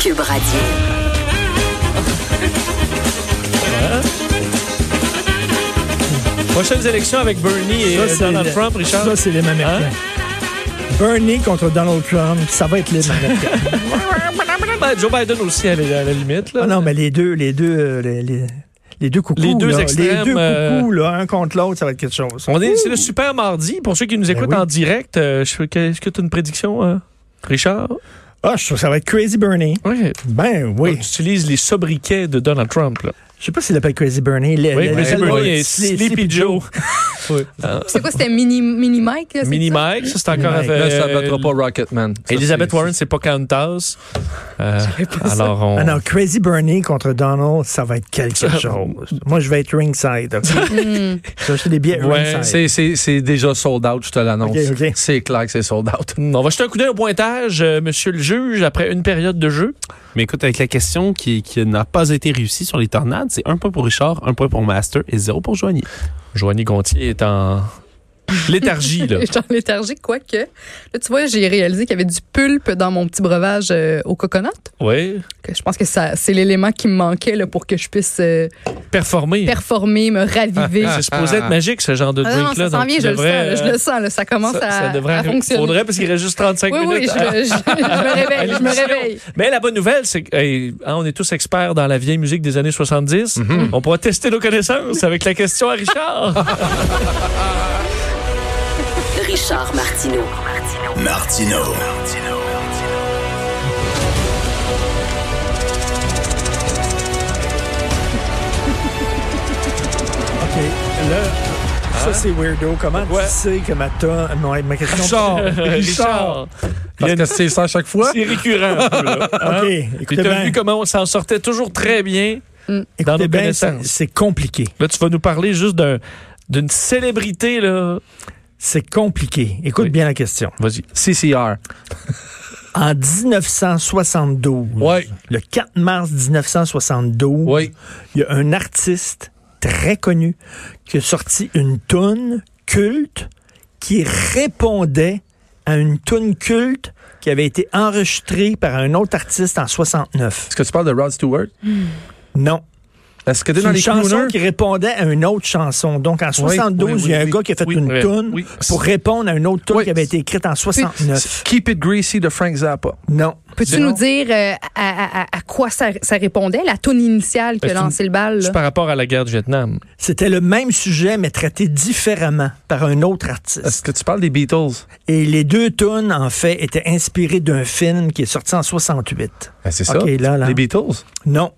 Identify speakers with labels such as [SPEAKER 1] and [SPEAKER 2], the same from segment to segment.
[SPEAKER 1] Cube Radio.
[SPEAKER 2] Prochaines élections avec Bernie et
[SPEAKER 3] Ça,
[SPEAKER 2] euh,
[SPEAKER 3] c'est
[SPEAKER 2] Donald
[SPEAKER 3] le-
[SPEAKER 2] Trump, Richard.
[SPEAKER 3] Ça, c'est les mêmes
[SPEAKER 2] Hein?
[SPEAKER 3] Bernie contre Donald Trump, ça va être les mêmes
[SPEAKER 2] Ben, Joe Biden aussi, à la, à la limite. Là.
[SPEAKER 3] Ah non, mais les deux, les deux, euh, les, les- les deux coucous.
[SPEAKER 2] Les deux
[SPEAKER 3] là,
[SPEAKER 2] extrêmes,
[SPEAKER 3] Les deux
[SPEAKER 2] euh,
[SPEAKER 3] coucous, là, un contre l'autre, ça va être quelque chose.
[SPEAKER 2] On est, c'est le super mardi. Pour ceux qui nous écoutent
[SPEAKER 3] oui.
[SPEAKER 2] en direct, euh, je sais que- est-ce que tu as une prédiction, euh, Richard?
[SPEAKER 3] Ah, je trouve que ça va être Crazy Bernie.
[SPEAKER 2] Oui.
[SPEAKER 3] Ben
[SPEAKER 2] Tu
[SPEAKER 3] oui.
[SPEAKER 2] utilises les sobriquets de Donald Trump. Là.
[SPEAKER 3] Je sais pas s'il appelle Crazy Bernie. Les-
[SPEAKER 2] Oui,
[SPEAKER 3] les-
[SPEAKER 2] Crazy
[SPEAKER 3] les-
[SPEAKER 2] Bernie
[SPEAKER 3] les-
[SPEAKER 2] et
[SPEAKER 3] les-
[SPEAKER 2] Sleepy Joe.
[SPEAKER 4] C'est quoi, c'était mini, mini Mike? là, c'est
[SPEAKER 2] Mini
[SPEAKER 4] ça?
[SPEAKER 2] Mike, ça c'est encore...
[SPEAKER 3] Mini Mike.
[SPEAKER 2] euh,
[SPEAKER 5] Là, ça battra pas Rocketman. Ça,
[SPEAKER 2] Elizabeth
[SPEAKER 5] c'est-
[SPEAKER 2] Warren, c'est pas Countess. Euh, alors, on...
[SPEAKER 3] Ah non, Crazy Bernie contre Donald, ça va être quelque chose. Moi, je vais être ringside. ok?
[SPEAKER 4] Hmm.
[SPEAKER 3] Je vais acheter des billets
[SPEAKER 2] Ouais,
[SPEAKER 3] ringside.
[SPEAKER 5] C'est, c'est, c'est déjà sold out, je te l'annonce.
[SPEAKER 3] Ok, ok.
[SPEAKER 5] C'est clair que c'est sold out.
[SPEAKER 2] On va jeter un coup d'œil au pointage, euh, monsieur le juge, après une période de jeu.
[SPEAKER 6] Mais écoute, avec la question qui, qui n'a pas été réussie sur les tornades, c'est un point pour Richard, un point pour Master et zéro pour Joanie.
[SPEAKER 2] Joanie Gontier est en léthargie, là.
[SPEAKER 4] J'étais en léthargie, quoique. Là, tu vois, j'ai réalisé qu'il y avait du pulpe dans mon petit breuvage euh, au coconut.
[SPEAKER 2] Oui.
[SPEAKER 4] Que je pense que ça, c'est l'élément qui me manquait là, pour que je puisse euh,
[SPEAKER 2] Performer. Ah,
[SPEAKER 4] performer, me raviver.
[SPEAKER 2] C'est supposé être magique, ce genre de
[SPEAKER 4] Ah non, non,
[SPEAKER 2] drink-là.
[SPEAKER 4] ça s'en
[SPEAKER 2] donc
[SPEAKER 4] vient,
[SPEAKER 2] tu
[SPEAKER 4] je le sens.
[SPEAKER 2] devrais,
[SPEAKER 4] là, je
[SPEAKER 2] euh,
[SPEAKER 4] le sens, là, ça commence
[SPEAKER 2] ça,
[SPEAKER 4] à,
[SPEAKER 2] ça devrait
[SPEAKER 4] à
[SPEAKER 2] arri-
[SPEAKER 4] fonctionner.
[SPEAKER 2] Faudrait, parce qu'il reste juste 35
[SPEAKER 4] oui, oui,
[SPEAKER 2] minutes. hein.
[SPEAKER 4] je, je- je me réveille, je me réveille.
[SPEAKER 2] Mais la bonne nouvelle, c'est que hey, hein, on est tous experts dans la vieille musique des années 70.
[SPEAKER 5] Mhm.
[SPEAKER 2] On pourra tester nos connaissances avec la question à Richard.
[SPEAKER 1] Richard Martineau.
[SPEAKER 7] Martino.
[SPEAKER 3] OK. Là, ça, c'est weirdo. Comment
[SPEAKER 2] Hein? Ouais.
[SPEAKER 3] tu sais que ma, ta- ma- ma question...
[SPEAKER 5] Richard,
[SPEAKER 2] Richard.
[SPEAKER 5] Parce que c'est ça à chaque fois. Eh ben.
[SPEAKER 2] C'est récurrent. un peu, là. Hein?
[SPEAKER 3] OK,
[SPEAKER 2] Puis
[SPEAKER 3] écoutez
[SPEAKER 2] t'as vu
[SPEAKER 3] bien.
[SPEAKER 2] comment on s'en sortait toujours très bien. dans nos
[SPEAKER 3] Écoutez bien, c'est
[SPEAKER 2] connaissances.
[SPEAKER 3] c'est compliqué.
[SPEAKER 2] Là, tu vas nous parler juste d'un- d'une célébrité, là.
[SPEAKER 3] C'est compliqué. Écoute
[SPEAKER 2] Oui.
[SPEAKER 3] bien la question.
[SPEAKER 2] Vas-y.
[SPEAKER 5] CCR.
[SPEAKER 3] En 1972,
[SPEAKER 2] Ouais.
[SPEAKER 3] le 4 mars 1972,
[SPEAKER 5] Oui.
[SPEAKER 3] il y a un artiste très connu qui a sorti une toune culte qui répondait à une toune culte qui avait été enregistrée par un autre artiste en 69.
[SPEAKER 5] Est-ce que tu parles de Rod Stewart?
[SPEAKER 3] Non.
[SPEAKER 5] Est-ce que t'es
[SPEAKER 3] C'est
[SPEAKER 5] dans
[SPEAKER 3] une
[SPEAKER 5] les
[SPEAKER 3] chanson
[SPEAKER 5] crooners?
[SPEAKER 3] qui répondait à une autre chanson. Donc, en 72,
[SPEAKER 5] oui,
[SPEAKER 3] il y a un
[SPEAKER 5] oui,
[SPEAKER 3] gars qui a fait
[SPEAKER 2] hein? oui,
[SPEAKER 3] une
[SPEAKER 2] oui,
[SPEAKER 3] toune
[SPEAKER 2] oui.
[SPEAKER 3] pour répondre à une autre toune
[SPEAKER 5] Oui.
[SPEAKER 3] qui avait été écrite en 69.
[SPEAKER 5] Keep It Greasy de Frank Zappa.
[SPEAKER 3] Non.
[SPEAKER 4] Peux-tu nous dire euh, à, à- à- à quoi ça, ça répondait, la toune initiale que
[SPEAKER 2] Est-ce
[SPEAKER 4] lançait le bal? là?
[SPEAKER 2] Ben, C'est par rapport à la guerre du Vietnam.
[SPEAKER 3] C'était le même sujet, mais traité différemment par un autre artiste.
[SPEAKER 2] Euh.
[SPEAKER 5] Est-ce que tu parles des Beatles?
[SPEAKER 3] Et les deux tunes, en fait, étaient inspirées d'un film qui est sorti en 68.
[SPEAKER 5] Ben, c'est
[SPEAKER 3] OK, là, là.
[SPEAKER 5] Les Beatles.
[SPEAKER 3] Non,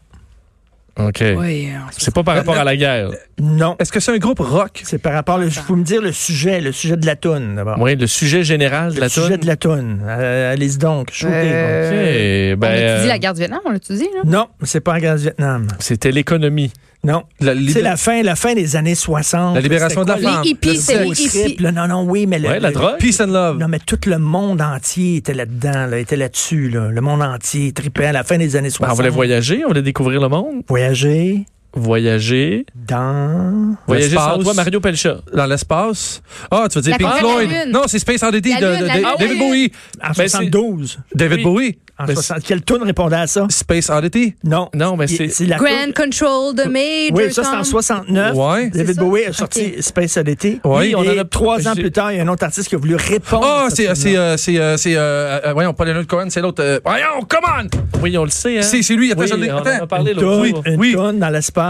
[SPEAKER 2] OK.
[SPEAKER 4] Oui, euh,
[SPEAKER 2] C'est pas par rapport à la guerre.
[SPEAKER 3] non.
[SPEAKER 5] Est-ce que c'est un groupe rock?
[SPEAKER 3] C'est par rapport, il faut me dire le sujet, le sujet de la tune d'abord.
[SPEAKER 2] Oui, le sujet général de
[SPEAKER 3] le
[SPEAKER 2] la
[SPEAKER 3] sujet
[SPEAKER 2] toune.
[SPEAKER 3] de la tune. Euh, Allez-y donc, shootez.
[SPEAKER 4] Euh, on
[SPEAKER 2] OK,
[SPEAKER 4] a-tu
[SPEAKER 2] ben,
[SPEAKER 4] dit
[SPEAKER 2] euh,
[SPEAKER 4] la guerre du Vietnam? On l'a-tu dit? Là?
[SPEAKER 3] Non, c'est pas en guerre du Vietnam.
[SPEAKER 2] C'était l'économie.
[SPEAKER 3] Non.
[SPEAKER 5] La,
[SPEAKER 3] C'est la fin, la fin des années 60.
[SPEAKER 5] La libération
[SPEAKER 3] C'était
[SPEAKER 5] de la
[SPEAKER 3] quoi,
[SPEAKER 5] femme.
[SPEAKER 4] Les hippies,
[SPEAKER 5] le
[SPEAKER 4] c'est les
[SPEAKER 3] le
[SPEAKER 4] hippies.
[SPEAKER 5] sexe.
[SPEAKER 3] trip, là? Non, non, oui, mais le-
[SPEAKER 2] Ouais, la
[SPEAKER 3] le-
[SPEAKER 2] drogue.
[SPEAKER 5] Peace and Love.
[SPEAKER 3] Non, mais tout le monde entier était là-dedans, là, était là-dessus, là. le monde entier tripait à la fin des années
[SPEAKER 2] Ben,
[SPEAKER 3] 60.
[SPEAKER 2] on voulait voyager, on voulait découvrir le monde.
[SPEAKER 3] Voyager
[SPEAKER 2] Voyager.
[SPEAKER 3] dans...
[SPEAKER 2] Voyager sans
[SPEAKER 5] L'espace.
[SPEAKER 2] toi, Mario Pelcha.
[SPEAKER 5] Dans l'espace. Ah, tu veux dire
[SPEAKER 4] La
[SPEAKER 5] Pink
[SPEAKER 4] conquête de la
[SPEAKER 5] Floyd?
[SPEAKER 4] Lune.
[SPEAKER 5] Non, c'est Space Oddity
[SPEAKER 4] La
[SPEAKER 5] de, de-
[SPEAKER 4] Lune, la
[SPEAKER 5] de-
[SPEAKER 4] Lune.
[SPEAKER 5] David Bowie.
[SPEAKER 3] En
[SPEAKER 2] Ben,
[SPEAKER 3] 72.
[SPEAKER 5] David
[SPEAKER 2] Oui.
[SPEAKER 5] Bowie.
[SPEAKER 3] En
[SPEAKER 2] Ben,
[SPEAKER 3] 60. Quelle tune répondait à ça?
[SPEAKER 5] Space Oddity.
[SPEAKER 3] Non.
[SPEAKER 2] Non, mais
[SPEAKER 3] Il-
[SPEAKER 2] c'est-
[SPEAKER 3] la
[SPEAKER 4] Grand Control de Major
[SPEAKER 3] Oui, ça, c'est en
[SPEAKER 4] Tom.
[SPEAKER 3] 69.
[SPEAKER 5] Ouais.
[SPEAKER 3] David
[SPEAKER 4] C'est ça?
[SPEAKER 3] Bowie a sorti
[SPEAKER 4] Ok.
[SPEAKER 3] Space Oddity.
[SPEAKER 5] Ouais.
[SPEAKER 3] Et
[SPEAKER 2] Oui, on en a-
[SPEAKER 3] trois ans
[SPEAKER 2] j'ai-
[SPEAKER 3] plus tard, il y a un autre artiste qui a voulu répondre.
[SPEAKER 5] Ah,
[SPEAKER 3] à cette
[SPEAKER 5] c'est, c'est,
[SPEAKER 3] tune-là.
[SPEAKER 5] euh, c'est, euh, c'est, euh, euh, voyons, pas Leonard Cohen, c'est l'autre. euh, voyons, come on!
[SPEAKER 2] Oui, on le sait, hein?
[SPEAKER 5] C'est, c'est lui, attends,
[SPEAKER 2] Oui,
[SPEAKER 5] je l'ai-
[SPEAKER 2] on en
[SPEAKER 5] attends.
[SPEAKER 2] a parlé
[SPEAKER 3] Une
[SPEAKER 2] euh, l'autre jour.
[SPEAKER 3] tune- une
[SPEAKER 5] Oui.
[SPEAKER 3] tune dans l'espace,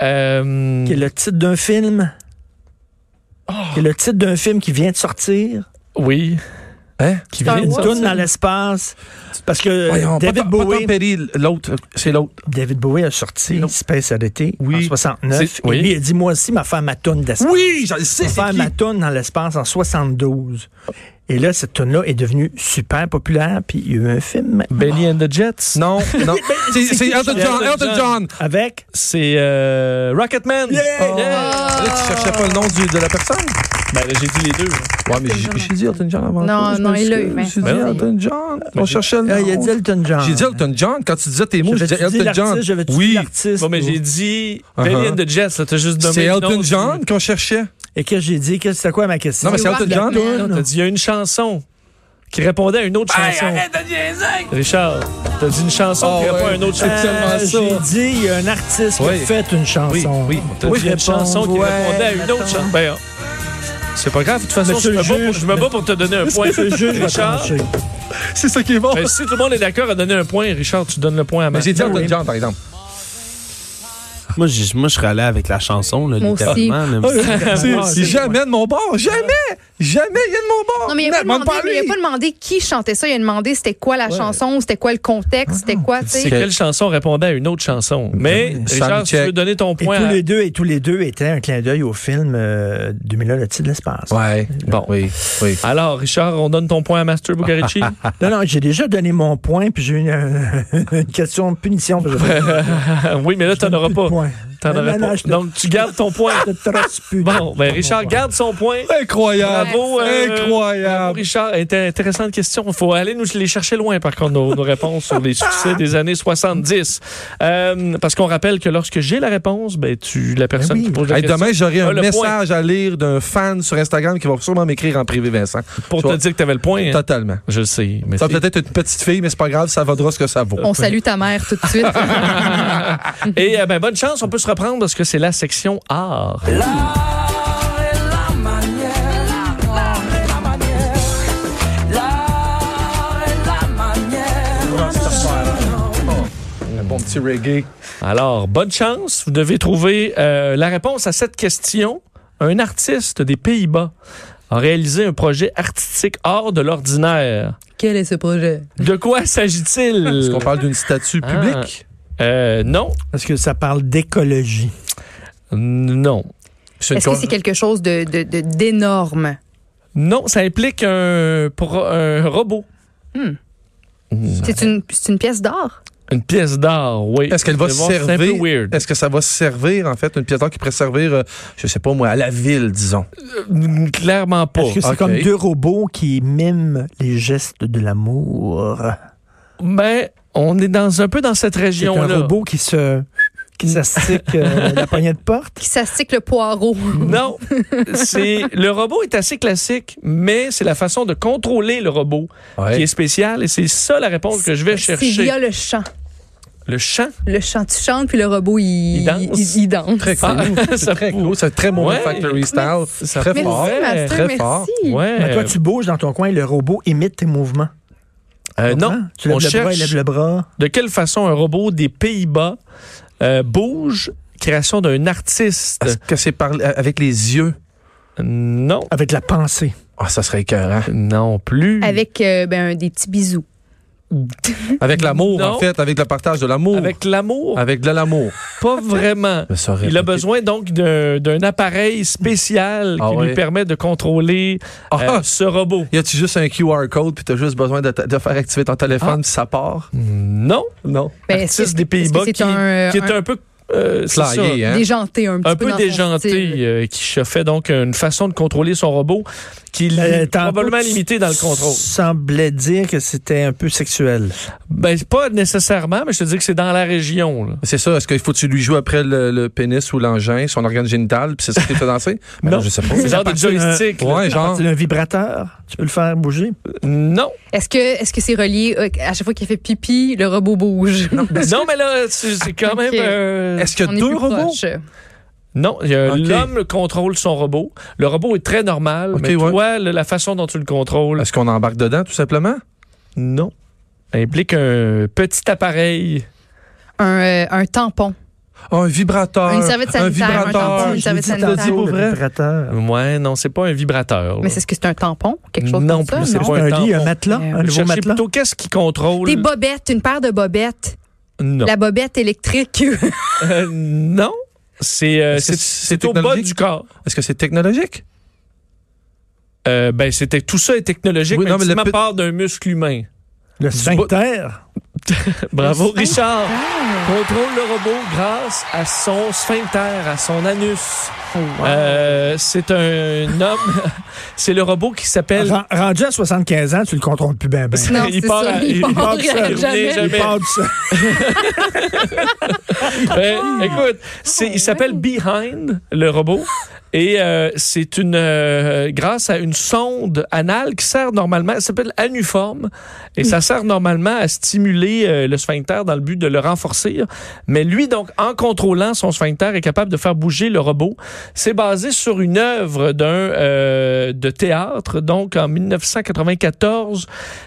[SPEAKER 2] Euh,
[SPEAKER 3] qui est le titre d'un film.
[SPEAKER 2] Ah.
[SPEAKER 3] Qui est le titre d'un film qui vient de sortir.
[SPEAKER 2] Oui.
[SPEAKER 5] Hein?
[SPEAKER 2] Qui
[SPEAKER 4] Star
[SPEAKER 2] vient de
[SPEAKER 3] Une
[SPEAKER 4] Wars.
[SPEAKER 2] sortir.
[SPEAKER 3] tune dans l'espace. Parce que
[SPEAKER 5] Voyons, pas
[SPEAKER 3] euh, David
[SPEAKER 5] Tom- pas Tom
[SPEAKER 3] Bowie...
[SPEAKER 5] Perry, l'autre, c'est l'autre.
[SPEAKER 3] David Bowie a sorti Space Oddity en
[SPEAKER 5] Oui.
[SPEAKER 3] 69.
[SPEAKER 2] C'est- oui.
[SPEAKER 3] Et lui, il a dit, moi aussi, ma femme ma toune d'espace.
[SPEAKER 5] Oui, je le sais, c'est
[SPEAKER 3] faire
[SPEAKER 5] qui?
[SPEAKER 3] ma toune dans l'espace en 72. Et là, cette toune-là est devenue super populaire, puis il y a eu un film
[SPEAKER 5] Ben,
[SPEAKER 2] Benny and the Jets.
[SPEAKER 5] Non, non. c'est, c'est
[SPEAKER 2] qui
[SPEAKER 5] Elton
[SPEAKER 2] qui
[SPEAKER 5] John,
[SPEAKER 2] chante?
[SPEAKER 5] Elton John.
[SPEAKER 3] avec...
[SPEAKER 2] C'est euh, Rocketman.
[SPEAKER 5] Oh.
[SPEAKER 4] Ah.
[SPEAKER 5] Là, tu cherchais pas le nom du- de la personne?
[SPEAKER 2] Ben, là, j'ai dit les deux.
[SPEAKER 5] Ouais, mais j'ai, j'ai dit Elton John avant.
[SPEAKER 4] Non,
[SPEAKER 5] toi, je
[SPEAKER 4] non,
[SPEAKER 5] m'excuse.
[SPEAKER 4] il l'a eu, mais-
[SPEAKER 5] J'ai dit
[SPEAKER 4] Ben non.
[SPEAKER 5] Elton John. On cherchait le
[SPEAKER 3] Ah, il a
[SPEAKER 5] nom.
[SPEAKER 3] dit Elton John.
[SPEAKER 5] J'ai dit Elton John. Quand tu disais tes mots, j'ai dit
[SPEAKER 3] J'avais-tu dit
[SPEAKER 5] Elton John.
[SPEAKER 3] l'artiste? J'avais-tu dit
[SPEAKER 5] Oui.
[SPEAKER 3] l'artiste?
[SPEAKER 2] Bon, mais j'ai dit
[SPEAKER 5] Uh-huh.
[SPEAKER 2] Benny and the Jets. là, T'as juste donné
[SPEAKER 5] C'est
[SPEAKER 2] le nom
[SPEAKER 5] Elton
[SPEAKER 2] du-
[SPEAKER 5] John qu'on cherchait.
[SPEAKER 3] Et qu'est-ce que j'ai dit? Qu'est-ce- C'était quoi ma question?
[SPEAKER 5] Non, mais c'est Elton
[SPEAKER 4] Rocketman.
[SPEAKER 5] John.
[SPEAKER 2] Non, T'as dit, il y a une chanson qui répondait à une autre
[SPEAKER 5] Hey,
[SPEAKER 2] chanson.
[SPEAKER 5] arrête de niaiser!
[SPEAKER 2] Richard, t'as dit une chanson
[SPEAKER 5] Ah
[SPEAKER 2] qui répond à
[SPEAKER 5] ouais,
[SPEAKER 2] une autre
[SPEAKER 5] c'est
[SPEAKER 2] chanson.
[SPEAKER 5] tellement
[SPEAKER 3] Euh,
[SPEAKER 5] ça.
[SPEAKER 3] J'ai dit, il y a un artiste
[SPEAKER 5] Oui.
[SPEAKER 3] qui a fait une chanson.
[SPEAKER 5] Oui, oui.
[SPEAKER 2] T'as
[SPEAKER 3] Oui,
[SPEAKER 2] dit une
[SPEAKER 3] réponse,
[SPEAKER 2] chanson qui
[SPEAKER 3] ouais,
[SPEAKER 2] répondait à une autre
[SPEAKER 3] attends.
[SPEAKER 2] chanson. Ben, c'est pas grave, de toute façon, je
[SPEAKER 3] Monsieur
[SPEAKER 2] me,
[SPEAKER 3] le
[SPEAKER 2] bats pour,
[SPEAKER 3] juge,
[SPEAKER 2] je me bats pour te donner un point.
[SPEAKER 3] Monsieur le juge va
[SPEAKER 2] Richard,
[SPEAKER 3] trancher.
[SPEAKER 5] C'est ça qui est bon.
[SPEAKER 2] ben, si tout le monde est d'accord à donner un point, Richard, tu donnes le point à
[SPEAKER 5] Mais
[SPEAKER 2] Marc.
[SPEAKER 5] j'ai dit Elton John, par exemple.
[SPEAKER 6] Moi, je, moi, je serais allé avec la chanson, là,
[SPEAKER 4] Moi
[SPEAKER 6] littéralement. là, mais-
[SPEAKER 5] C'est-
[SPEAKER 3] ouais,
[SPEAKER 5] c'est
[SPEAKER 3] c'est-
[SPEAKER 5] jamais de mon bord. Jamais! Jamais il y a de mon bord.
[SPEAKER 4] Non, mais il n'a pas,
[SPEAKER 5] Demande
[SPEAKER 4] demandé- il a
[SPEAKER 5] lui.
[SPEAKER 4] pas demandé qui chantait ça. Il a demandé c'était quoi la chanson, c'était quoi le contexte, c'était quoi, tu
[SPEAKER 2] C'est
[SPEAKER 4] sais.
[SPEAKER 2] quelle chanson répondait à une autre chanson. Mais,
[SPEAKER 5] Soundcheck.
[SPEAKER 2] Richard, si tu veux donner ton
[SPEAKER 3] Et
[SPEAKER 2] point euh,
[SPEAKER 3] tous
[SPEAKER 2] à...
[SPEAKER 3] les deux, et tous les deux étaient un clin d'œil au film euh, 2001, le titre de l'espace.
[SPEAKER 5] Ouais.
[SPEAKER 2] Bon.
[SPEAKER 5] Oui, oui.
[SPEAKER 2] Alors, Richard, on donne ton point à Master Bucarici?
[SPEAKER 3] Non, non, j'ai déjà donné mon point, puis j'ai eu une, une question de punition. parce que je-
[SPEAKER 2] Ah oui, mais là, t'en auras
[SPEAKER 3] plus de
[SPEAKER 2] pas.
[SPEAKER 3] points.
[SPEAKER 2] T'en
[SPEAKER 3] Non,
[SPEAKER 2] auras
[SPEAKER 3] non,
[SPEAKER 2] pas.
[SPEAKER 3] non, je-
[SPEAKER 2] Donc, tu gardes ton point.
[SPEAKER 3] Je te trace plus.
[SPEAKER 2] Bon, ben, Richard garde son point.
[SPEAKER 3] Ah,
[SPEAKER 5] Incroyable.
[SPEAKER 2] Bravo, euh, bravo,
[SPEAKER 5] Incroyable.
[SPEAKER 2] Richard, Était- intéressante question. Il faut aller nous les chercher loin, par contre, nos, nos réponses sur les succès des années 70. Euh, parce qu'on rappelle que lorsque j'ai la réponse, ben, tu, la personne
[SPEAKER 3] oui.
[SPEAKER 2] qui pose la
[SPEAKER 5] Hey,
[SPEAKER 2] question,
[SPEAKER 5] demain, j'aurai
[SPEAKER 2] Ah,
[SPEAKER 5] un
[SPEAKER 2] le
[SPEAKER 5] message à lire d'un fan sur Instagram qui va sûrement m'écrire en privé, Vincent.
[SPEAKER 2] pour
[SPEAKER 5] tu
[SPEAKER 2] te
[SPEAKER 5] vois.
[SPEAKER 2] dire que t'avais le point, hein.
[SPEAKER 5] Totalement.
[SPEAKER 2] je le sais. Mais
[SPEAKER 5] Ça
[SPEAKER 2] c'est-
[SPEAKER 5] va peut-être être une petite fille, mais c'est pas grave, ça vaudra ce que ça vaut.
[SPEAKER 2] Euh,
[SPEAKER 4] On salue ta mère tout de suite.
[SPEAKER 2] Et euh, ben, bonne chance, on peut se reprendre parce que c'est la section art.
[SPEAKER 5] Un bon petit reggae.
[SPEAKER 2] Alors, bonne chance. Vous devez trouver euh, la réponse à cette question. Un artiste des Pays-Bas a réalisé un projet artistique hors de l'ordinaire.
[SPEAKER 4] Quel est ce projet?
[SPEAKER 2] De quoi
[SPEAKER 5] Est-ce
[SPEAKER 2] s'agit-il?
[SPEAKER 5] qu'on parle d'une statue
[SPEAKER 2] Ah.
[SPEAKER 5] publique?
[SPEAKER 2] Euh, non.
[SPEAKER 3] Parce que ça parle d'écologie.
[SPEAKER 2] Oh, Non.
[SPEAKER 5] C'est une
[SPEAKER 4] Est-ce que c'est quelque chose de- de- de- d'énorme?
[SPEAKER 2] Non, ça implique un, pro- un robot.
[SPEAKER 4] Hmm.
[SPEAKER 2] Mm.
[SPEAKER 4] C'est une, c'est une pièce d'art?
[SPEAKER 2] Une pièce d'art, oui.
[SPEAKER 5] Est-ce qu'elle va
[SPEAKER 2] Vous allez voir, C'est un peu
[SPEAKER 5] servir?
[SPEAKER 2] weird.
[SPEAKER 5] Est-ce que ça va servir, en fait, une pièce d'or qui pourrait servir, euh, je sais pas moi, à la ville, disons?
[SPEAKER 2] Euh, Clairement pas.
[SPEAKER 3] Est-ce que c'est
[SPEAKER 5] ok.
[SPEAKER 3] comme deux robots qui miment les gestes de l'amour?
[SPEAKER 2] Mais on est dans un peu dans cette
[SPEAKER 3] C'est un
[SPEAKER 2] région-là.
[SPEAKER 3] robot qui se
[SPEAKER 2] Mm.
[SPEAKER 3] qui s'astique euh, la poignée de porte.
[SPEAKER 4] Qui s'astique le poireau?
[SPEAKER 2] Non, c'est le robot est assez classique, mais c'est la façon de contrôler le robot qui est spéciale et c'est ça la réponse que je vais
[SPEAKER 4] C'est
[SPEAKER 2] chercher.
[SPEAKER 4] via le chant.
[SPEAKER 2] Le chant.
[SPEAKER 4] Le chant, tu chantes, puis le robot, il,
[SPEAKER 2] Il danse.
[SPEAKER 4] il- il danse.
[SPEAKER 5] Très
[SPEAKER 2] Ah,
[SPEAKER 5] cool. c'est très cool. C'est très bon
[SPEAKER 2] Ouais.
[SPEAKER 5] factory style.
[SPEAKER 2] Ça
[SPEAKER 5] Très
[SPEAKER 4] Merci,
[SPEAKER 5] fort.
[SPEAKER 4] Master,
[SPEAKER 5] Très
[SPEAKER 4] merci.
[SPEAKER 5] fort.
[SPEAKER 2] Ouais.
[SPEAKER 3] Mais toi, tu bouges dans ton coin et le robot imite tes mouvements.
[SPEAKER 2] Euh, non,
[SPEAKER 3] Hein? Tu lèves
[SPEAKER 2] on
[SPEAKER 3] le bras, il
[SPEAKER 2] cherche-
[SPEAKER 3] lève le bras.
[SPEAKER 2] de quelle façon un robot des Pays-Bas euh, bouge Création d'un artiste.
[SPEAKER 5] Est-ce que c'est par- euh, avec les yeux?
[SPEAKER 2] Non,
[SPEAKER 3] Avec la pensée.
[SPEAKER 5] Ah, ça serait écœurant.
[SPEAKER 2] non plus.
[SPEAKER 4] Avec euh, ben, des petits bisous.
[SPEAKER 5] Avec l'amour,
[SPEAKER 2] Mmh. Non.
[SPEAKER 5] en fait, avec le partage de l'amour. Avec,
[SPEAKER 2] Avec l'amour,
[SPEAKER 5] de l'amour.
[SPEAKER 2] pas vraiment.
[SPEAKER 5] Mais ça aurait
[SPEAKER 2] Il a
[SPEAKER 5] été-
[SPEAKER 2] besoin donc d'un d'un appareil spécial
[SPEAKER 5] Ah
[SPEAKER 2] qui
[SPEAKER 5] ouais.
[SPEAKER 2] lui permet de contrôler
[SPEAKER 5] Ah,
[SPEAKER 2] euh, ce robot.
[SPEAKER 5] Y a-tu juste un QR code, puis t'as juste besoin de, ta- de faire activer ton téléphone,
[SPEAKER 2] Ah.
[SPEAKER 5] puis ça part?
[SPEAKER 2] Non,
[SPEAKER 5] Non.
[SPEAKER 4] Ben, est-ce
[SPEAKER 2] artiste
[SPEAKER 4] que-
[SPEAKER 2] des Pays-Bas
[SPEAKER 4] est-ce que c'est
[SPEAKER 2] qui,
[SPEAKER 4] un-
[SPEAKER 2] qui est un, peu euh, c'est ça,
[SPEAKER 5] Flyé, hein?
[SPEAKER 4] Déjanté un petit
[SPEAKER 2] un
[SPEAKER 4] peu.
[SPEAKER 2] peu
[SPEAKER 4] dans son style.
[SPEAKER 2] déjanté, euh, qui se fait donc une façon de contrôler son robot qui
[SPEAKER 3] Euh,
[SPEAKER 2] est
[SPEAKER 3] tantôt,
[SPEAKER 2] probablement
[SPEAKER 3] tu
[SPEAKER 2] limité dans le contrôle.
[SPEAKER 3] Semblait dire que c'était un peu sexuel.
[SPEAKER 2] Ben, c'est pas nécessairement, mais je te dis que c'est dans la région. là.
[SPEAKER 5] C'est ça, est-ce qu'il faut que tu lui joues après le, le pénis ou l'engin, son organe génital, puis c'est ça qui te fait danser? Ben
[SPEAKER 2] Non.
[SPEAKER 5] je sais pas.
[SPEAKER 2] C'est genre des
[SPEAKER 3] partie d'un-
[SPEAKER 2] joysticks. là.
[SPEAKER 5] euh, Ouais, genre.
[SPEAKER 3] C'est un vibrateur. Tu peux le faire bouger.
[SPEAKER 2] Non.
[SPEAKER 4] Est-ce que est-ce que c'est relié euh, à chaque fois qu'il fait pipi, le robot bouge?
[SPEAKER 2] Non, mais là, Ben, c'est c'est quand même.
[SPEAKER 4] Ok.
[SPEAKER 2] euh,
[SPEAKER 5] Est-ce qu'il y
[SPEAKER 4] On
[SPEAKER 5] a
[SPEAKER 4] est
[SPEAKER 5] deux
[SPEAKER 4] plus
[SPEAKER 5] robots?
[SPEAKER 4] proche.
[SPEAKER 2] Non, il y a-
[SPEAKER 5] Ok.
[SPEAKER 2] l'homme contrôle son robot. Le robot est très normal,
[SPEAKER 5] Ok,
[SPEAKER 2] mais
[SPEAKER 5] ouais.
[SPEAKER 2] toi, le- la façon dont tu le contrôles,
[SPEAKER 5] Est-ce qu'on embarque dedans, tout simplement?
[SPEAKER 2] non. Ça implique un petit appareil.
[SPEAKER 4] Un, euh, un tampon.
[SPEAKER 5] Ah, un vibrateur.
[SPEAKER 4] Une serviette
[SPEAKER 5] Un
[SPEAKER 4] sanitaire, un
[SPEAKER 5] vibrateur.
[SPEAKER 4] tampon, une
[SPEAKER 3] Je l'ai
[SPEAKER 4] serviette
[SPEAKER 3] dit tantôt,
[SPEAKER 4] sanitaire.
[SPEAKER 5] pour vrai.
[SPEAKER 3] le vibrateur.
[SPEAKER 2] Ouais, non, c'est pas un vibrateur.
[SPEAKER 4] Mais
[SPEAKER 2] là.
[SPEAKER 4] c'est ce que c'est un tampon? Quelque chose
[SPEAKER 2] Non
[SPEAKER 4] comme ça?
[SPEAKER 2] plus, c'est
[SPEAKER 4] non?
[SPEAKER 2] pas
[SPEAKER 3] Un lit,
[SPEAKER 2] tampon.
[SPEAKER 3] un matelas,
[SPEAKER 4] Euh,
[SPEAKER 3] un nouveau
[SPEAKER 2] Cherchez
[SPEAKER 3] matelas.
[SPEAKER 2] plutôt qu'est-ce qui contrôle.
[SPEAKER 4] Des bobettes, une paire de bobettes.
[SPEAKER 2] non.
[SPEAKER 4] La bobette électrique.
[SPEAKER 2] Euh, non. C'est euh,
[SPEAKER 5] Est-ce que
[SPEAKER 2] c'est-
[SPEAKER 5] c'est
[SPEAKER 2] c'est au bas
[SPEAKER 5] technologique?
[SPEAKER 2] du corps.
[SPEAKER 5] Est-ce que c'est technologique?
[SPEAKER 2] Euh, ben, c'était tout ça est technologique,
[SPEAKER 5] Oui,
[SPEAKER 2] mais
[SPEAKER 5] non, mais le
[SPEAKER 2] ultimement,
[SPEAKER 5] pe-
[SPEAKER 2] part d'un muscle humain.
[SPEAKER 3] Le sphincter.
[SPEAKER 2] Bravo,
[SPEAKER 4] Le
[SPEAKER 2] Richard. Contrôle le robot grâce à son sphincter, à son anus.
[SPEAKER 4] Oh,
[SPEAKER 2] Euh, c'est un homme. c'est le robot qui s'appelle.
[SPEAKER 3] Ren- Rendu à 75 ans, tu le contrôles plus bien. Ben.
[SPEAKER 4] non,
[SPEAKER 2] Il
[SPEAKER 4] c'est
[SPEAKER 2] part-
[SPEAKER 4] ça.
[SPEAKER 2] il
[SPEAKER 4] Il, part,
[SPEAKER 3] part seul.
[SPEAKER 4] à
[SPEAKER 2] Il
[SPEAKER 4] jamais.
[SPEAKER 2] revient jamais.
[SPEAKER 3] Il part du sol.
[SPEAKER 2] Euh, écoute, c'est- il s'appelle Behind, le robot. Et euh, c'est une euh, grâce à une sonde anale qui sert normalement, elle s'appelle anuforme, et ça sert normalement à stimuler euh, le sphincter dans le but de le renforcer. Mais lui, donc, en contrôlant son sphincter, est capable de faire bouger le robot. C'est basé sur une œuvre d'un euh, de théâtre, donc en 1994,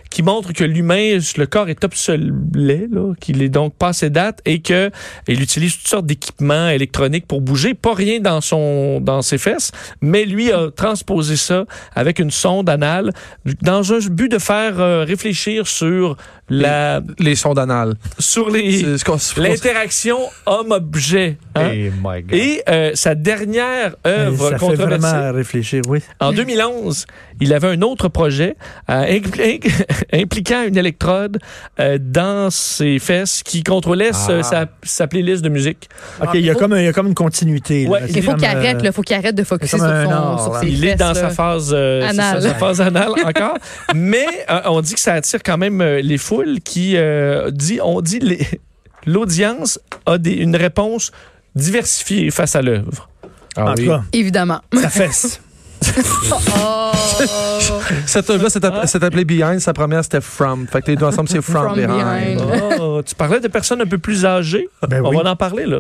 [SPEAKER 2] qui montre que l'humain, le corps est obsolète, là, qu'il est donc passé date et que il utilise toutes sortes d'équipements électroniques pour bouger, pas rien dans son dans ses fesses, mais lui a transposé ça avec une sonde anale dans un but de faire euh, réfléchir sur la
[SPEAKER 5] Les sondes anales.
[SPEAKER 2] sur les
[SPEAKER 5] C'est ce qu'on se
[SPEAKER 2] l'interaction homme-objet. hein.
[SPEAKER 7] Hey my God.
[SPEAKER 2] Et euh, sa dernière œuvre
[SPEAKER 3] Eh, ça fait vraiment euh,
[SPEAKER 2] controversée,
[SPEAKER 3] à réfléchir, oui.
[SPEAKER 2] en 2011, il avait un autre projet euh, impli- impliquant une électrode euh, dans ses fesses qui contrôlait ce-
[SPEAKER 7] Ah.
[SPEAKER 2] sa, sa playlist de musique.
[SPEAKER 3] OK, il y,
[SPEAKER 4] Ah,
[SPEAKER 3] a
[SPEAKER 4] faut-
[SPEAKER 3] comme un- il y a comme une continuité. là.
[SPEAKER 2] Ouais,
[SPEAKER 3] C'est
[SPEAKER 4] Il faut
[SPEAKER 3] comme,
[SPEAKER 4] qu'il
[SPEAKER 3] euh,
[SPEAKER 4] arrête, là. Faut qu'il arrête de focuser
[SPEAKER 3] c'est
[SPEAKER 4] sur,
[SPEAKER 3] comme
[SPEAKER 4] son,
[SPEAKER 3] un or,
[SPEAKER 4] sur
[SPEAKER 3] là.
[SPEAKER 4] ses
[SPEAKER 2] Il est
[SPEAKER 4] fesses,
[SPEAKER 2] dans
[SPEAKER 4] là.
[SPEAKER 2] sa phase, euh, c'est
[SPEAKER 4] Anale.
[SPEAKER 2] ça, sa phase anale encore. Mais euh, on dit que ça attire quand même euh, les foules qui euh, dit on dit les- l'audience a des- une réponse diversifiée face à l'œuvre.
[SPEAKER 3] En tout
[SPEAKER 2] Ah
[SPEAKER 3] cas,
[SPEAKER 4] Évidemment.
[SPEAKER 3] la fesse.
[SPEAKER 4] Oh!
[SPEAKER 5] Cette œuvre-là, c'est
[SPEAKER 2] Ah.
[SPEAKER 5] app- c'est appelé Behind. Sa première, c'était From. Fait que les deux ensemble, c'est From,
[SPEAKER 4] From
[SPEAKER 5] Behind.
[SPEAKER 4] Behind.
[SPEAKER 2] Oh, tu parlais de personnes un peu plus âgées.
[SPEAKER 3] Ben
[SPEAKER 2] on
[SPEAKER 3] oui.
[SPEAKER 2] va en parler là.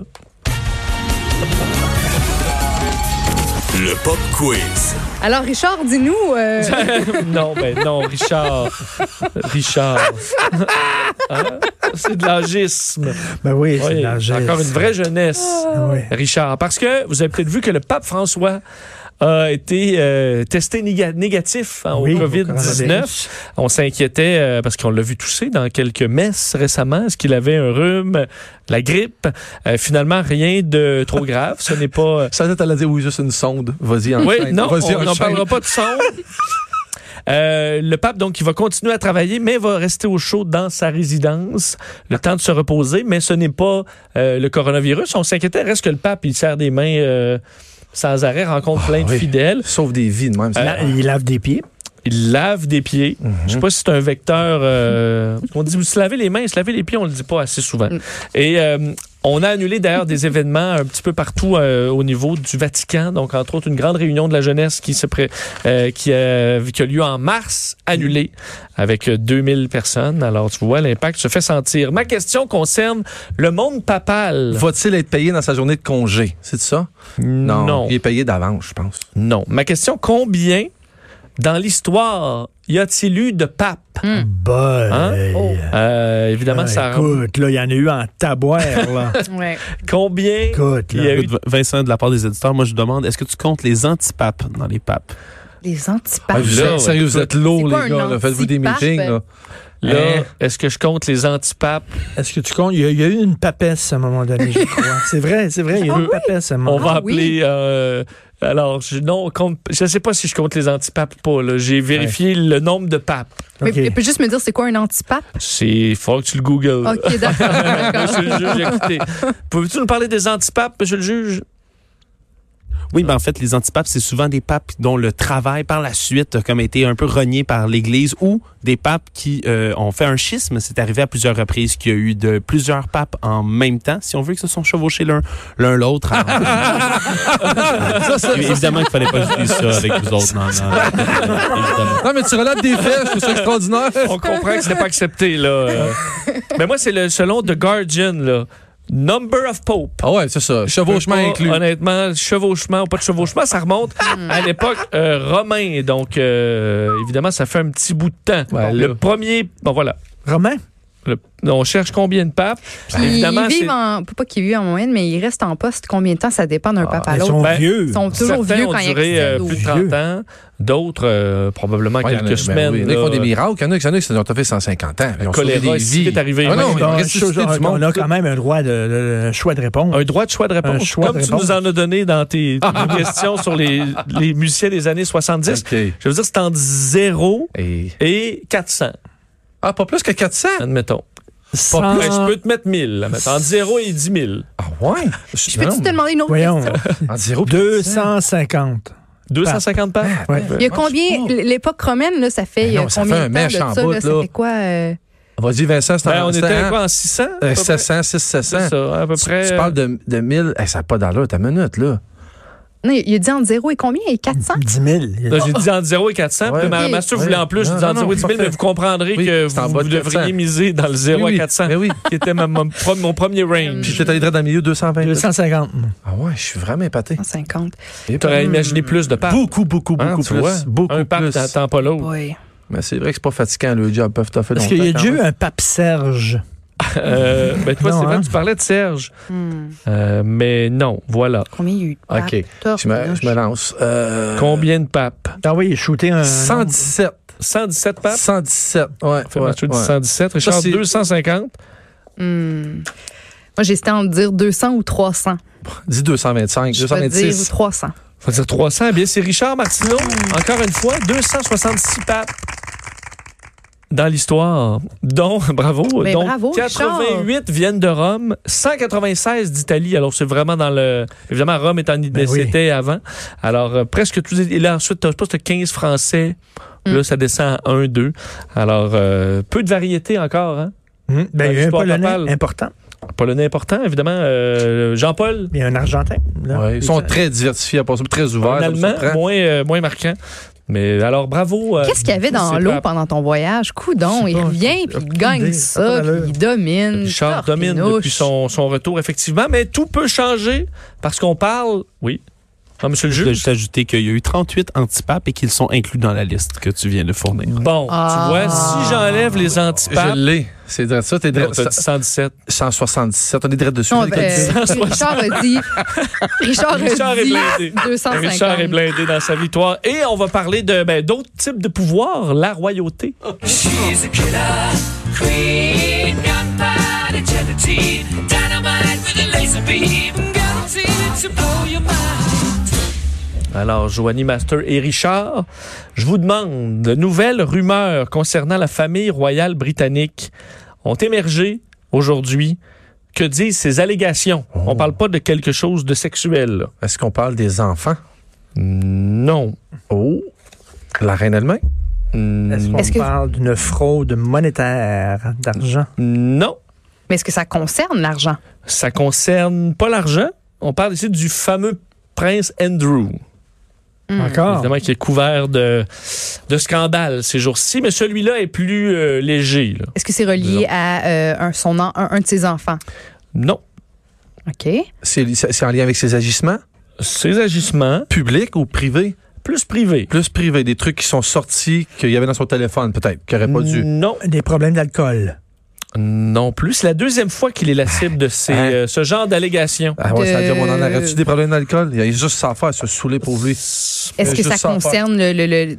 [SPEAKER 8] Le Pop Quiz.
[SPEAKER 4] Alors, Richard, dis-nous. euh,
[SPEAKER 2] non, ben non, Richard. Richard. Hein? C'est de l'âgisme.
[SPEAKER 3] Ben oui, c'est
[SPEAKER 2] Oui,
[SPEAKER 3] de la geste. Ah
[SPEAKER 2] encore une vraie jeunesse,
[SPEAKER 3] Oui.
[SPEAKER 2] Richard. Parce que vous avez peut-être vu que le pape François a été euh, testé néga- négatif hein,
[SPEAKER 3] Oui,
[SPEAKER 2] au
[SPEAKER 3] au
[SPEAKER 2] COVID-19.
[SPEAKER 3] coronavirus.
[SPEAKER 2] On s'inquiétait euh, parce qu'on l'a vu tousser dans quelques messes récemment. Est-ce qu'il avait un rhume, la grippe? Euh, finalement, rien de trop grave. Ce n'est pas... euh,
[SPEAKER 5] Ça, t'allais dire, oui, juste une sonde. Vas-y, enchaîne.
[SPEAKER 2] Oui, non,
[SPEAKER 5] Vas-y,
[SPEAKER 2] on n'en
[SPEAKER 5] enchaîne.
[SPEAKER 2] parlera pas de son. Euh, le pape, donc, il va continuer à travailler, mais va rester au chaud dans sa résidence, le temps de se reposer, mais ce n'est pas euh, le coronavirus. On s'inquiétait, reste que le pape, il serre des mains euh, sans arrêt, rencontre plein de
[SPEAKER 5] Ah oui.
[SPEAKER 2] fidèles.
[SPEAKER 5] Sauve des vies de même. c'est-
[SPEAKER 2] Euh.
[SPEAKER 3] La- il lave des pieds.
[SPEAKER 2] Il lave des pieds. Je sais pas si c'est un vecteur. euh, on dit se laver les mains, se laver les pieds, on le dit pas assez souvent. Et euh, on a annulé d'ailleurs des événements un petit peu partout euh, au niveau du Vatican. Donc, entre autres, une grande réunion de la jeunesse qui se pré- euh, qui, a, qui a lieu en mars, annulée, avec euh, 2000 personnes. Alors, tu vois, l'impact se fait sentir. Ma question concerne le monde papal.
[SPEAKER 5] Va-t-il être payé dans sa journée de congé? C'est ça?
[SPEAKER 2] non.
[SPEAKER 5] Il est payé d'avance, je pense.
[SPEAKER 2] Non. Ma question, combien dans l'histoire y a-t-il eu de papes?
[SPEAKER 3] Boy.
[SPEAKER 2] Hein? Euh, évidemment,
[SPEAKER 3] Ah,
[SPEAKER 2] ça
[SPEAKER 3] écoute, là, il y en a eu en taboire, là.
[SPEAKER 4] ouais.
[SPEAKER 2] Combien
[SPEAKER 3] écoute,
[SPEAKER 2] Il
[SPEAKER 3] là.
[SPEAKER 2] y a eu-
[SPEAKER 6] Écoute, Vincent, de la part des éditeurs, moi, je demande, est-ce que tu comptes les antipapes dans les papes?
[SPEAKER 4] Les
[SPEAKER 5] Ah,
[SPEAKER 4] antipathes.
[SPEAKER 5] vous
[SPEAKER 2] là,
[SPEAKER 5] êtes- sérieux, vous êtes lourds,
[SPEAKER 4] C'est quoi
[SPEAKER 5] les gars.
[SPEAKER 4] un
[SPEAKER 5] là. Faites-vous des
[SPEAKER 4] antipape?
[SPEAKER 5] meetings. là.
[SPEAKER 2] Là,
[SPEAKER 5] Hein?
[SPEAKER 2] est-ce que je compte les antipapes?
[SPEAKER 3] Est-ce que tu comptes? Il y, a, il y a eu une papesse à un moment donné, je crois. c'est vrai, c'est vrai, il y a eu une papesse à un
[SPEAKER 2] On
[SPEAKER 3] moment
[SPEAKER 2] va
[SPEAKER 4] Ah,
[SPEAKER 2] appeler.
[SPEAKER 4] oui.
[SPEAKER 2] euh, alors, je, non, on compte, je sais pas si je compte les antipapes ou pas. là. J'ai vérifié le nombre de papes.
[SPEAKER 4] Mais
[SPEAKER 3] Ok.
[SPEAKER 4] il peut juste me dire c'est quoi un antipape?
[SPEAKER 2] C'est faut que tu le googles.
[SPEAKER 5] Euh.
[SPEAKER 4] OK, d'accord.
[SPEAKER 2] Monsieur le juge, écoutez, pouvez-vous nous parler des antipapes, monsieur le juge?
[SPEAKER 6] Oui, ben en fait, les antipapes, c'est souvent des papes dont le travail par la suite a comme été un peu rogné par l'Église ou des papes qui euh, ont fait un schisme. C'est arrivé à plusieurs reprises qu'il y a eu de plusieurs papes en même temps, si on veut, que se sont chevauchés l'un l'un l'autre. Alors, évidemment qu'il fallait pas utiliser ça avec vous autres. Non, non, évidemment.
[SPEAKER 5] Non, mais tu relates des faits, je trouve ça extraordinaire.
[SPEAKER 2] On comprend que ce n'est pas accepté, là. euh. Mais moi, c'est le selon The Guardian, là. Number of Pope.
[SPEAKER 5] Ah ouais, c'est ça. Chevauchement
[SPEAKER 2] Pas,
[SPEAKER 5] inclus.
[SPEAKER 2] Honnêtement, chevauchement ou pas de chevauchement, ça remonte
[SPEAKER 4] Hmm.
[SPEAKER 2] à l'époque euh, romaine. Donc, euh, évidemment, ça fait un petit bout de temps.
[SPEAKER 5] Ouais,
[SPEAKER 2] le
[SPEAKER 5] là.
[SPEAKER 2] premier. Bon, voilà.
[SPEAKER 3] Romain?
[SPEAKER 2] Le- on cherche combien de papes. Évidemment,
[SPEAKER 4] ils vivent
[SPEAKER 2] c'est-
[SPEAKER 4] en, pas qu'ils vivent en moyenne, mais ils restent en poste combien de temps? Ça dépend
[SPEAKER 5] Ah,
[SPEAKER 4] d'un papa à
[SPEAKER 3] Ils
[SPEAKER 4] l'autre.
[SPEAKER 3] sont
[SPEAKER 2] Ben,
[SPEAKER 3] vieux.
[SPEAKER 4] Ils sont toujours
[SPEAKER 2] Certains
[SPEAKER 4] vieux
[SPEAKER 2] ont
[SPEAKER 4] quand ils
[SPEAKER 2] duré euh,
[SPEAKER 4] accèdent au
[SPEAKER 2] plus de
[SPEAKER 3] aux
[SPEAKER 2] 30
[SPEAKER 3] vieux.
[SPEAKER 2] ans, d'autres euh, probablement
[SPEAKER 5] Ouais, il y en a-
[SPEAKER 2] quelques
[SPEAKER 5] ben
[SPEAKER 2] semaines.
[SPEAKER 5] oui, Il y en a qui
[SPEAKER 2] là.
[SPEAKER 5] font des miracles. Il y en a qui il y en a qui ont fait 150 ans. Ils ont sauvé
[SPEAKER 2] choléra,
[SPEAKER 5] des
[SPEAKER 2] ici,
[SPEAKER 5] vies.
[SPEAKER 2] est arrivé.
[SPEAKER 5] Ah non,
[SPEAKER 2] Bon,
[SPEAKER 5] ils ont
[SPEAKER 3] Bon, une chose,
[SPEAKER 5] ressuscité du
[SPEAKER 3] on
[SPEAKER 5] monde.
[SPEAKER 3] a quand même un droit de, de- un choix de réponse.
[SPEAKER 2] Un droit de choix de réponse.
[SPEAKER 3] Un choix
[SPEAKER 2] Comme
[SPEAKER 3] de
[SPEAKER 2] tu
[SPEAKER 3] réponse.
[SPEAKER 2] nous en as donné dans tes, tes questions sur les, les musiciens des années 70.
[SPEAKER 5] OK.
[SPEAKER 2] Je veux dire, c'est entre 0
[SPEAKER 5] Et-
[SPEAKER 2] et 400,
[SPEAKER 5] Ah, pas plus que 400?
[SPEAKER 2] admettons.
[SPEAKER 3] Sans-
[SPEAKER 2] Pas plus. Je peux te mettre 1000, là, maintenant. entre 0 et 10 000.
[SPEAKER 5] Ah ouais?
[SPEAKER 4] Je peux-tu te demander une autre
[SPEAKER 3] Voyons,
[SPEAKER 4] question?
[SPEAKER 5] En zéro.
[SPEAKER 3] 250.
[SPEAKER 2] 250
[SPEAKER 5] Ah,
[SPEAKER 2] papes?
[SPEAKER 3] Ouais.
[SPEAKER 4] Il y a
[SPEAKER 5] Moi, je
[SPEAKER 4] combien,
[SPEAKER 5] sais
[SPEAKER 4] l'époque romaine, là, ça fait
[SPEAKER 5] Mais non,
[SPEAKER 4] euh,
[SPEAKER 5] ça
[SPEAKER 4] combien
[SPEAKER 5] fait un
[SPEAKER 4] de temps
[SPEAKER 5] mèche
[SPEAKER 4] de
[SPEAKER 5] en
[SPEAKER 4] ça?
[SPEAKER 5] bout,
[SPEAKER 4] là? Ça
[SPEAKER 5] là.
[SPEAKER 4] fait quoi? euh,
[SPEAKER 5] Vas-y, Vincent, c'est
[SPEAKER 2] Ben,
[SPEAKER 5] en
[SPEAKER 2] on était à quoi, en 600? à peu près?
[SPEAKER 5] 700, 600, 700.
[SPEAKER 2] C'est ça, à peu
[SPEAKER 5] Euh, Tu,
[SPEAKER 2] près. euh,
[SPEAKER 5] tu parles de, de 1000. Eh, ça n'a pas d'allure, ta minute, là.
[SPEAKER 4] Non, il il a dit entre 0 et combien? Et 400?
[SPEAKER 3] 10 000.
[SPEAKER 2] Là, ben, j'ai dit entre 0 et 400. puis
[SPEAKER 5] Ouais.
[SPEAKER 2] ma ma sœur voulait en plus, je
[SPEAKER 5] Non,
[SPEAKER 2] dis entre
[SPEAKER 5] non,
[SPEAKER 2] 0 et 10 000, mais
[SPEAKER 5] parfait.
[SPEAKER 2] vous comprendrez
[SPEAKER 5] Oui,
[SPEAKER 2] que
[SPEAKER 5] c'est en
[SPEAKER 2] vous,
[SPEAKER 5] bas
[SPEAKER 2] vous
[SPEAKER 5] de
[SPEAKER 2] devriez
[SPEAKER 5] 400.
[SPEAKER 2] miser dans le 0
[SPEAKER 5] Oui,
[SPEAKER 2] à
[SPEAKER 5] oui.
[SPEAKER 2] 400,
[SPEAKER 5] Mais oui.
[SPEAKER 2] qui était ma- mon, pro- mon premier range.
[SPEAKER 5] Puis j'étais allé droit dans le milieu 220.
[SPEAKER 3] 250.
[SPEAKER 5] Ah ouais, je suis vraiment épaté.
[SPEAKER 4] 150.
[SPEAKER 2] Tu aurais imaginé plus de parts.
[SPEAKER 5] Beaucoup, beaucoup, beaucoup
[SPEAKER 2] Hein, tu
[SPEAKER 5] plus.
[SPEAKER 2] vois?
[SPEAKER 5] Beaucoup
[SPEAKER 2] un pape,
[SPEAKER 5] plus.
[SPEAKER 2] t'attends pas
[SPEAKER 5] Oh.
[SPEAKER 2] l'autre.
[SPEAKER 4] Oui.
[SPEAKER 5] Mais c'est vrai que c'est pas fatigant, le job. Peuvent t'en faire
[SPEAKER 3] Parce qu'il y a déjà eu un pape Serge.
[SPEAKER 2] Euh, ben, toi,
[SPEAKER 3] Non,
[SPEAKER 2] Stéphane,
[SPEAKER 3] hein.
[SPEAKER 2] tu parlais de Serge. Euh, mais non, voilà.
[SPEAKER 4] Combien il y a eu de papes?
[SPEAKER 5] Hmm. OK.
[SPEAKER 4] Torche,
[SPEAKER 5] Je me, je me lance. Euh,
[SPEAKER 2] Combien de papes?
[SPEAKER 3] T'as envoyé shooter un.
[SPEAKER 5] 117.
[SPEAKER 2] 117 papes?
[SPEAKER 5] 117. Ouais.
[SPEAKER 2] Fait,
[SPEAKER 5] ouais,
[SPEAKER 2] Mathieu dit
[SPEAKER 5] ouais.
[SPEAKER 2] 117. Richard,
[SPEAKER 5] c'est-
[SPEAKER 2] 250.
[SPEAKER 4] Hmm. Moi, j'hésitais à en dire 200 ou 300.
[SPEAKER 5] Dis 225.
[SPEAKER 4] Je vais dire
[SPEAKER 5] 226.
[SPEAKER 4] 300.
[SPEAKER 2] Faut dire 300. Eh Bien, c'est Richard Martineau. Encore une fois, 266 papes dans l'histoire, dont, bravo,
[SPEAKER 4] Mais
[SPEAKER 2] dont
[SPEAKER 4] Ben, bravo,
[SPEAKER 2] 88 viennent de Rome, 196 d'Italie. Alors, c'est vraiment dans le... Évidemment, Rome est en
[SPEAKER 3] Ben oui.
[SPEAKER 2] c'était avant. Alors, euh, presque tous... Et là, ensuite, t'as- je pense que t'as 15 Français.
[SPEAKER 4] Mm.
[SPEAKER 2] Là, ça descend à 1, 2. Alors, euh, peu de variété encore. Hein?
[SPEAKER 3] Hmm. Ben, il y a un
[SPEAKER 2] Histoire
[SPEAKER 3] Polonais
[SPEAKER 2] papale.
[SPEAKER 3] important.
[SPEAKER 2] Polonais important, évidemment. euh, Jean-Paul,
[SPEAKER 3] Il y a un Argentin. là.
[SPEAKER 5] Ouais, ils sont très diversifiés, à part ça, très ouverts.
[SPEAKER 2] en
[SPEAKER 5] ça me
[SPEAKER 2] allemand,
[SPEAKER 5] surprend.
[SPEAKER 2] moins, euh, moins marquant. Mais alors, bravo. euh,
[SPEAKER 4] Qu'est-ce qu'il y avait dans
[SPEAKER 2] c'est
[SPEAKER 4] l'eau
[SPEAKER 2] pas-
[SPEAKER 4] pendant ton voyage? Coudon,
[SPEAKER 3] Je sais
[SPEAKER 4] il
[SPEAKER 3] pas,
[SPEAKER 4] revient,
[SPEAKER 3] j'ai
[SPEAKER 4] puis il
[SPEAKER 3] aucune
[SPEAKER 4] gagne
[SPEAKER 3] idée, ça a pas
[SPEAKER 4] ça, puis
[SPEAKER 3] d'allure.
[SPEAKER 4] il domine.
[SPEAKER 2] Richard
[SPEAKER 4] Torpinouche.
[SPEAKER 2] domine depuis son, son retour, effectivement. Mais tout peut changer parce qu'on parle. Oui. Ah, monsieur le
[SPEAKER 6] Je voulais
[SPEAKER 2] juge.
[SPEAKER 6] juste ajouter qu'il y a eu 38 antipapes et qu'ils sont inclus dans la liste que tu viens de fournir.
[SPEAKER 2] Bon,
[SPEAKER 4] Ah.
[SPEAKER 2] tu vois, si j'enlève les
[SPEAKER 5] Je
[SPEAKER 2] antipapes.
[SPEAKER 5] l'ai. C'est direct ça. T'es
[SPEAKER 2] Non,
[SPEAKER 5] direct.
[SPEAKER 2] t'as dit ben- 117.
[SPEAKER 5] 177. On est direct dessus.
[SPEAKER 4] Non,
[SPEAKER 5] T'as dit-
[SPEAKER 4] euh, Richard a dit. Richard,
[SPEAKER 2] Richard
[SPEAKER 4] a
[SPEAKER 2] est
[SPEAKER 4] dit
[SPEAKER 2] blindé.
[SPEAKER 4] 250.
[SPEAKER 2] Richard est blindé dans sa victoire. Et on va parler de ben, d'autres types de pouvoirs, la royauté. Alors, Joanie Master et Richard, je vous demande, de nouvelles rumeurs concernant la famille royale britannique ont émergé aujourd'hui. Que disent ces allégations?
[SPEAKER 5] Oh.
[SPEAKER 2] On parle pas de quelque chose de sexuel. là.
[SPEAKER 5] Est-ce qu'on parle des enfants?
[SPEAKER 2] Non.
[SPEAKER 5] Oh. La reine elle-même?
[SPEAKER 2] Mm.
[SPEAKER 3] Est-ce qu'on
[SPEAKER 4] Est-ce que-
[SPEAKER 3] parle d'une fraude monétaire d'argent?
[SPEAKER 2] Non.
[SPEAKER 4] Mais est-ce que ça concerne l'argent?
[SPEAKER 2] Ça concerne pas l'argent. On parle ici du fameux prince Andrew,
[SPEAKER 4] Mm.
[SPEAKER 5] Ah.
[SPEAKER 3] Encore?
[SPEAKER 2] évidemment, qui est couvert de, de scandales ces jours-ci, mais celui-là est plus euh, léger. là.
[SPEAKER 4] Est-ce que c'est relié à euh, un, son en- un, un de ses enfants?
[SPEAKER 2] Non.
[SPEAKER 4] OK.
[SPEAKER 5] C'est c'est en lien avec ses agissements?
[SPEAKER 2] Ces agissements,
[SPEAKER 5] Publics ou privés?
[SPEAKER 2] plus privés.
[SPEAKER 5] Plus privés. Des trucs qui sont sortis, qu'il y avait dans son téléphone, peut-être, qu'il n'aurait pas dû.
[SPEAKER 2] Non.
[SPEAKER 3] Des problèmes d'alcool.
[SPEAKER 2] Non plus. C'est la deuxième fois qu'il est la cible de ces,
[SPEAKER 5] Hein?
[SPEAKER 2] euh, ce genre d'allégations.
[SPEAKER 5] Ah ouais, ça veut dire, on en aurait-tu
[SPEAKER 4] Euh.
[SPEAKER 5] des problèmes d'alcool? Il y a juste ça à faire, se saouler pour lui.
[SPEAKER 2] Euh,
[SPEAKER 4] Est-ce que
[SPEAKER 5] Juste
[SPEAKER 4] ça
[SPEAKER 5] ça à
[SPEAKER 4] concerne le. le- le-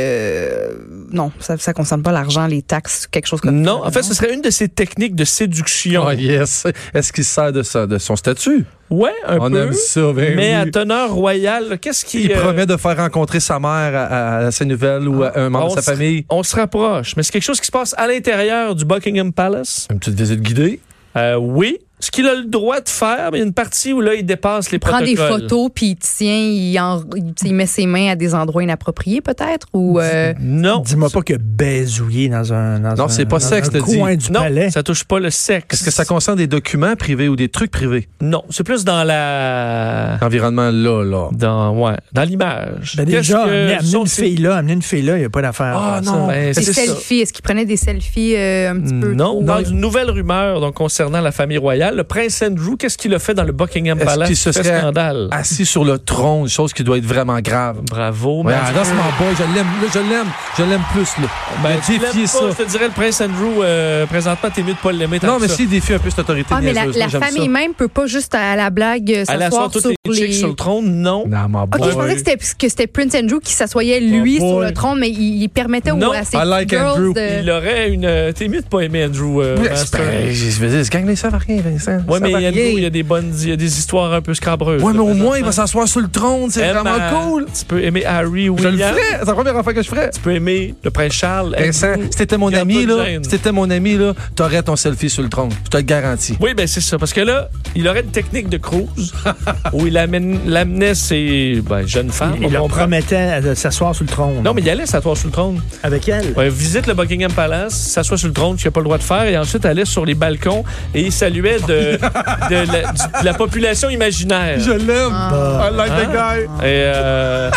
[SPEAKER 4] euh, non, ça ne concerne pas l'argent, les taxes, quelque chose comme ça.
[SPEAKER 2] Non, en fait, ce serait une de ces techniques de séduction.
[SPEAKER 5] Oh yes. Est-ce qu'il sert de, ça, de son statut?
[SPEAKER 2] Ouais, un
[SPEAKER 5] on
[SPEAKER 2] peu.
[SPEAKER 5] aime ça, ben
[SPEAKER 2] mais à
[SPEAKER 5] oui.
[SPEAKER 2] teneur royale, qu'est-ce qui
[SPEAKER 5] Il
[SPEAKER 2] euh,
[SPEAKER 5] promet de faire rencontrer sa mère à, à- à ses nouvelles ou à un membre
[SPEAKER 2] Ah, on
[SPEAKER 5] de sa
[SPEAKER 2] se-
[SPEAKER 5] famille.
[SPEAKER 2] On se rapproche, mais c'est quelque chose qui se passe à l'intérieur du Buckingham Palace.
[SPEAKER 5] Une petite visite guidée.
[SPEAKER 2] Euh, oui, ce qu'il a le droit de faire, mais il y a une partie où là, il dépasse les
[SPEAKER 4] Il prend des
[SPEAKER 2] protocoles.
[SPEAKER 4] photos, puis il tient, il, en- il- il met ses mains à des endroits inappropriés, peut-être? Ou. euh,
[SPEAKER 2] Non.
[SPEAKER 3] Dis-moi pas que baisouiller dans un. Dans
[SPEAKER 5] Non,
[SPEAKER 3] un-
[SPEAKER 5] c'est pas
[SPEAKER 3] dans
[SPEAKER 5] sexe,
[SPEAKER 3] un
[SPEAKER 5] t'as dit.
[SPEAKER 3] coin du
[SPEAKER 2] non,
[SPEAKER 3] palais.
[SPEAKER 2] ça touche pas le sexe.
[SPEAKER 5] Est-ce que ça concerne des documents privés ou des trucs privés?
[SPEAKER 2] Non, c'est plus dans la...
[SPEAKER 5] Environnement là, là.
[SPEAKER 2] Dans, ouais, dans l'image.
[SPEAKER 3] Ben
[SPEAKER 2] Qu'est-ce
[SPEAKER 3] déjà,
[SPEAKER 2] que
[SPEAKER 3] amener, amener
[SPEAKER 2] sont
[SPEAKER 3] une
[SPEAKER 2] ces-
[SPEAKER 3] fille là, amener une fille là, il n'y a pas d'affaire. à
[SPEAKER 2] Ah
[SPEAKER 3] faire ça.
[SPEAKER 2] non, ben,
[SPEAKER 4] des
[SPEAKER 2] c'est ça. Mm,
[SPEAKER 4] selfies. Est-ce qu'il prenait des selfies euh, un petit peu?
[SPEAKER 2] Non,
[SPEAKER 4] trop,
[SPEAKER 2] dans
[SPEAKER 4] euh,
[SPEAKER 2] une nouvelle rumeur donc, concernant la famille royale, le prince Andrew, qu'est-ce qu'il a fait dans le Buckingham
[SPEAKER 5] Est-ce
[SPEAKER 2] Palace?
[SPEAKER 5] qu'il se
[SPEAKER 2] Fait
[SPEAKER 5] serait- Ah.
[SPEAKER 2] scandale.
[SPEAKER 5] Assis sur le trône, chose qui doit être vraiment grave.
[SPEAKER 2] Bravo,
[SPEAKER 5] Ouais,
[SPEAKER 2] Mathieu.
[SPEAKER 5] ah, non, c'est mon boy, je l'aime, là, je l'aime, je l'aime plus, là.
[SPEAKER 2] Ben,
[SPEAKER 5] Ben,
[SPEAKER 2] tu l'aimes
[SPEAKER 5] défier
[SPEAKER 2] pas,
[SPEAKER 5] ça.
[SPEAKER 2] Je te dirais, le prince Andrew, euh, présentement, t'es mieux de pas l'aimer. tant
[SPEAKER 5] Non,
[SPEAKER 2] que
[SPEAKER 5] mais
[SPEAKER 2] ça.
[SPEAKER 5] s'il défie un peu cette autorité
[SPEAKER 4] Ah, mais la,
[SPEAKER 5] niaiseuse,
[SPEAKER 4] la
[SPEAKER 5] là, j'aime
[SPEAKER 4] famille même peut pas juste à la blague euh,
[SPEAKER 2] Aller
[SPEAKER 4] s'asseoir
[SPEAKER 2] asseoir toutes
[SPEAKER 4] sur
[SPEAKER 2] les, chicks sur le trône, non.
[SPEAKER 5] ça. Non, mon
[SPEAKER 4] Ok,
[SPEAKER 5] boy.
[SPEAKER 4] je pensais que c'était, que c'était Prince Andrew qui s'assoyait lui
[SPEAKER 3] Oh
[SPEAKER 4] sur
[SPEAKER 3] boy.
[SPEAKER 4] le trône, mais il, il permettait
[SPEAKER 2] Non,
[SPEAKER 4] aux, à ses
[SPEAKER 5] I like
[SPEAKER 4] girls
[SPEAKER 5] Andrew.
[SPEAKER 4] de...
[SPEAKER 2] Il aurait une. euh, T'es mieux de pas aimer Andrew euh,
[SPEAKER 5] Ouais, c'est
[SPEAKER 2] Master.
[SPEAKER 5] ben, je je veux dire, ce gang-là, ça va rien, Vincent.
[SPEAKER 2] Ouais,
[SPEAKER 5] Ça
[SPEAKER 2] mais
[SPEAKER 5] va
[SPEAKER 2] Andrew,
[SPEAKER 5] rien.
[SPEAKER 2] il y a des bonnes, il y a des histoires un peu scabreuses.
[SPEAKER 5] Ouais, mais
[SPEAKER 2] là,
[SPEAKER 5] au moins, il va
[SPEAKER 2] présentement.
[SPEAKER 5] s'asseoir sur le trône, c'est
[SPEAKER 2] Aime,
[SPEAKER 5] vraiment
[SPEAKER 2] euh,
[SPEAKER 5] cool.
[SPEAKER 2] Tu peux aimer Harry
[SPEAKER 5] Je le
[SPEAKER 2] William.
[SPEAKER 5] ferais, c'est la première affaire que je ferais.
[SPEAKER 2] Tu peux aimer le prince Charles.
[SPEAKER 5] Vincent,
[SPEAKER 2] Andrew.
[SPEAKER 5] si t'étais mon
[SPEAKER 2] y a pas
[SPEAKER 5] ami,
[SPEAKER 2] de
[SPEAKER 5] là,
[SPEAKER 2] gêne.
[SPEAKER 5] si t'étais mon ami, là, t'aurais ton selfie sur le trône. Je te le garantis.
[SPEAKER 2] Oui, ben c'est ça. Parce que là, il aurait une technique de cruise où il amène- l'amenait ses ben, jeunes femmes.
[SPEAKER 3] Il
[SPEAKER 2] on
[SPEAKER 3] leur
[SPEAKER 2] comprend.
[SPEAKER 3] promettait euh, de s'asseoir sur le trône.
[SPEAKER 2] Non, mais il allait s'asseoir sur le trône.
[SPEAKER 3] Avec elle.
[SPEAKER 2] Ouais, visite le Buckingham Palace, s'assoit sur le trône, ce qu'il n'a pas le droit de faire, et ensuite allait sur les balcons et il saluait de de, de la, du- de la population imaginaire.
[SPEAKER 5] Je l'aime.
[SPEAKER 4] Ah.
[SPEAKER 5] I like the
[SPEAKER 2] Et,
[SPEAKER 5] guy.
[SPEAKER 2] euh,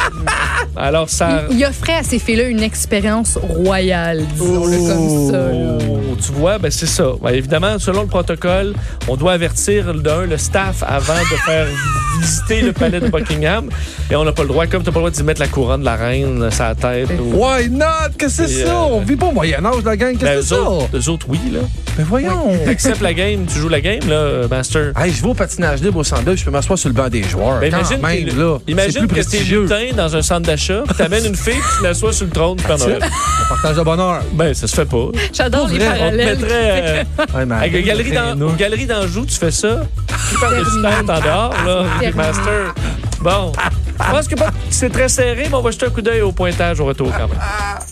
[SPEAKER 2] alors, ça.
[SPEAKER 4] Il, il offrait à ces filles-là une expérience royale, disons-le comme ça. là.
[SPEAKER 2] Oh, tu vois, ben c'est ça. Ben, évidemment, selon le protocole, on doit avertir d'un le staff avant de faire visiter le palais de Buckingham. Et on n'a pas le droit, comme tu n'as pas le droit d'y mettre la couronne de la reine sur la tête.
[SPEAKER 5] Eh,
[SPEAKER 2] ou-
[SPEAKER 5] Why not? Qu'est-ce que c'est
[SPEAKER 2] Et,
[SPEAKER 5] ça?
[SPEAKER 2] euh,
[SPEAKER 5] On vit pas au Moyen-Âge, la gang.
[SPEAKER 2] Ben,
[SPEAKER 5] Qu'est-ce que
[SPEAKER 2] eux,
[SPEAKER 5] c'est ça?
[SPEAKER 2] autres, eux autres, oui, là.
[SPEAKER 5] Mais voyons.
[SPEAKER 2] Accepte la game, tu joues la game, là, euh, Master.
[SPEAKER 5] Hey, je vais au patinage libre au centre Bell, je peux m'asseoir sur le banc des joueurs.
[SPEAKER 2] Ben,
[SPEAKER 5] Quand
[SPEAKER 2] imagine
[SPEAKER 5] même,
[SPEAKER 2] que,
[SPEAKER 5] là, c'est
[SPEAKER 2] imagine
[SPEAKER 5] plus
[SPEAKER 2] que t'es
[SPEAKER 5] prestigieux.
[SPEAKER 2] lutin dans un centre d'achat, puis t'amènes une fille, puis tu l'assois sur le trône du Père Noël.
[SPEAKER 5] On partage le bonheur.
[SPEAKER 2] Ben, ça se fait pas.
[SPEAKER 4] J'adore les
[SPEAKER 5] vrai, on te
[SPEAKER 2] On te
[SPEAKER 4] parallèles.
[SPEAKER 2] mettrait euh,
[SPEAKER 5] Ouais, mais
[SPEAKER 2] avec une galerie d'en- une galerie d'Anjou, tu fais ça. Tu parles de stand en dehors, là, les
[SPEAKER 4] Terminé.
[SPEAKER 2] masters. Bon. Je pense que pas- c'est très serré, mais on va jeter un coup d'œil au pointage au retour quand même.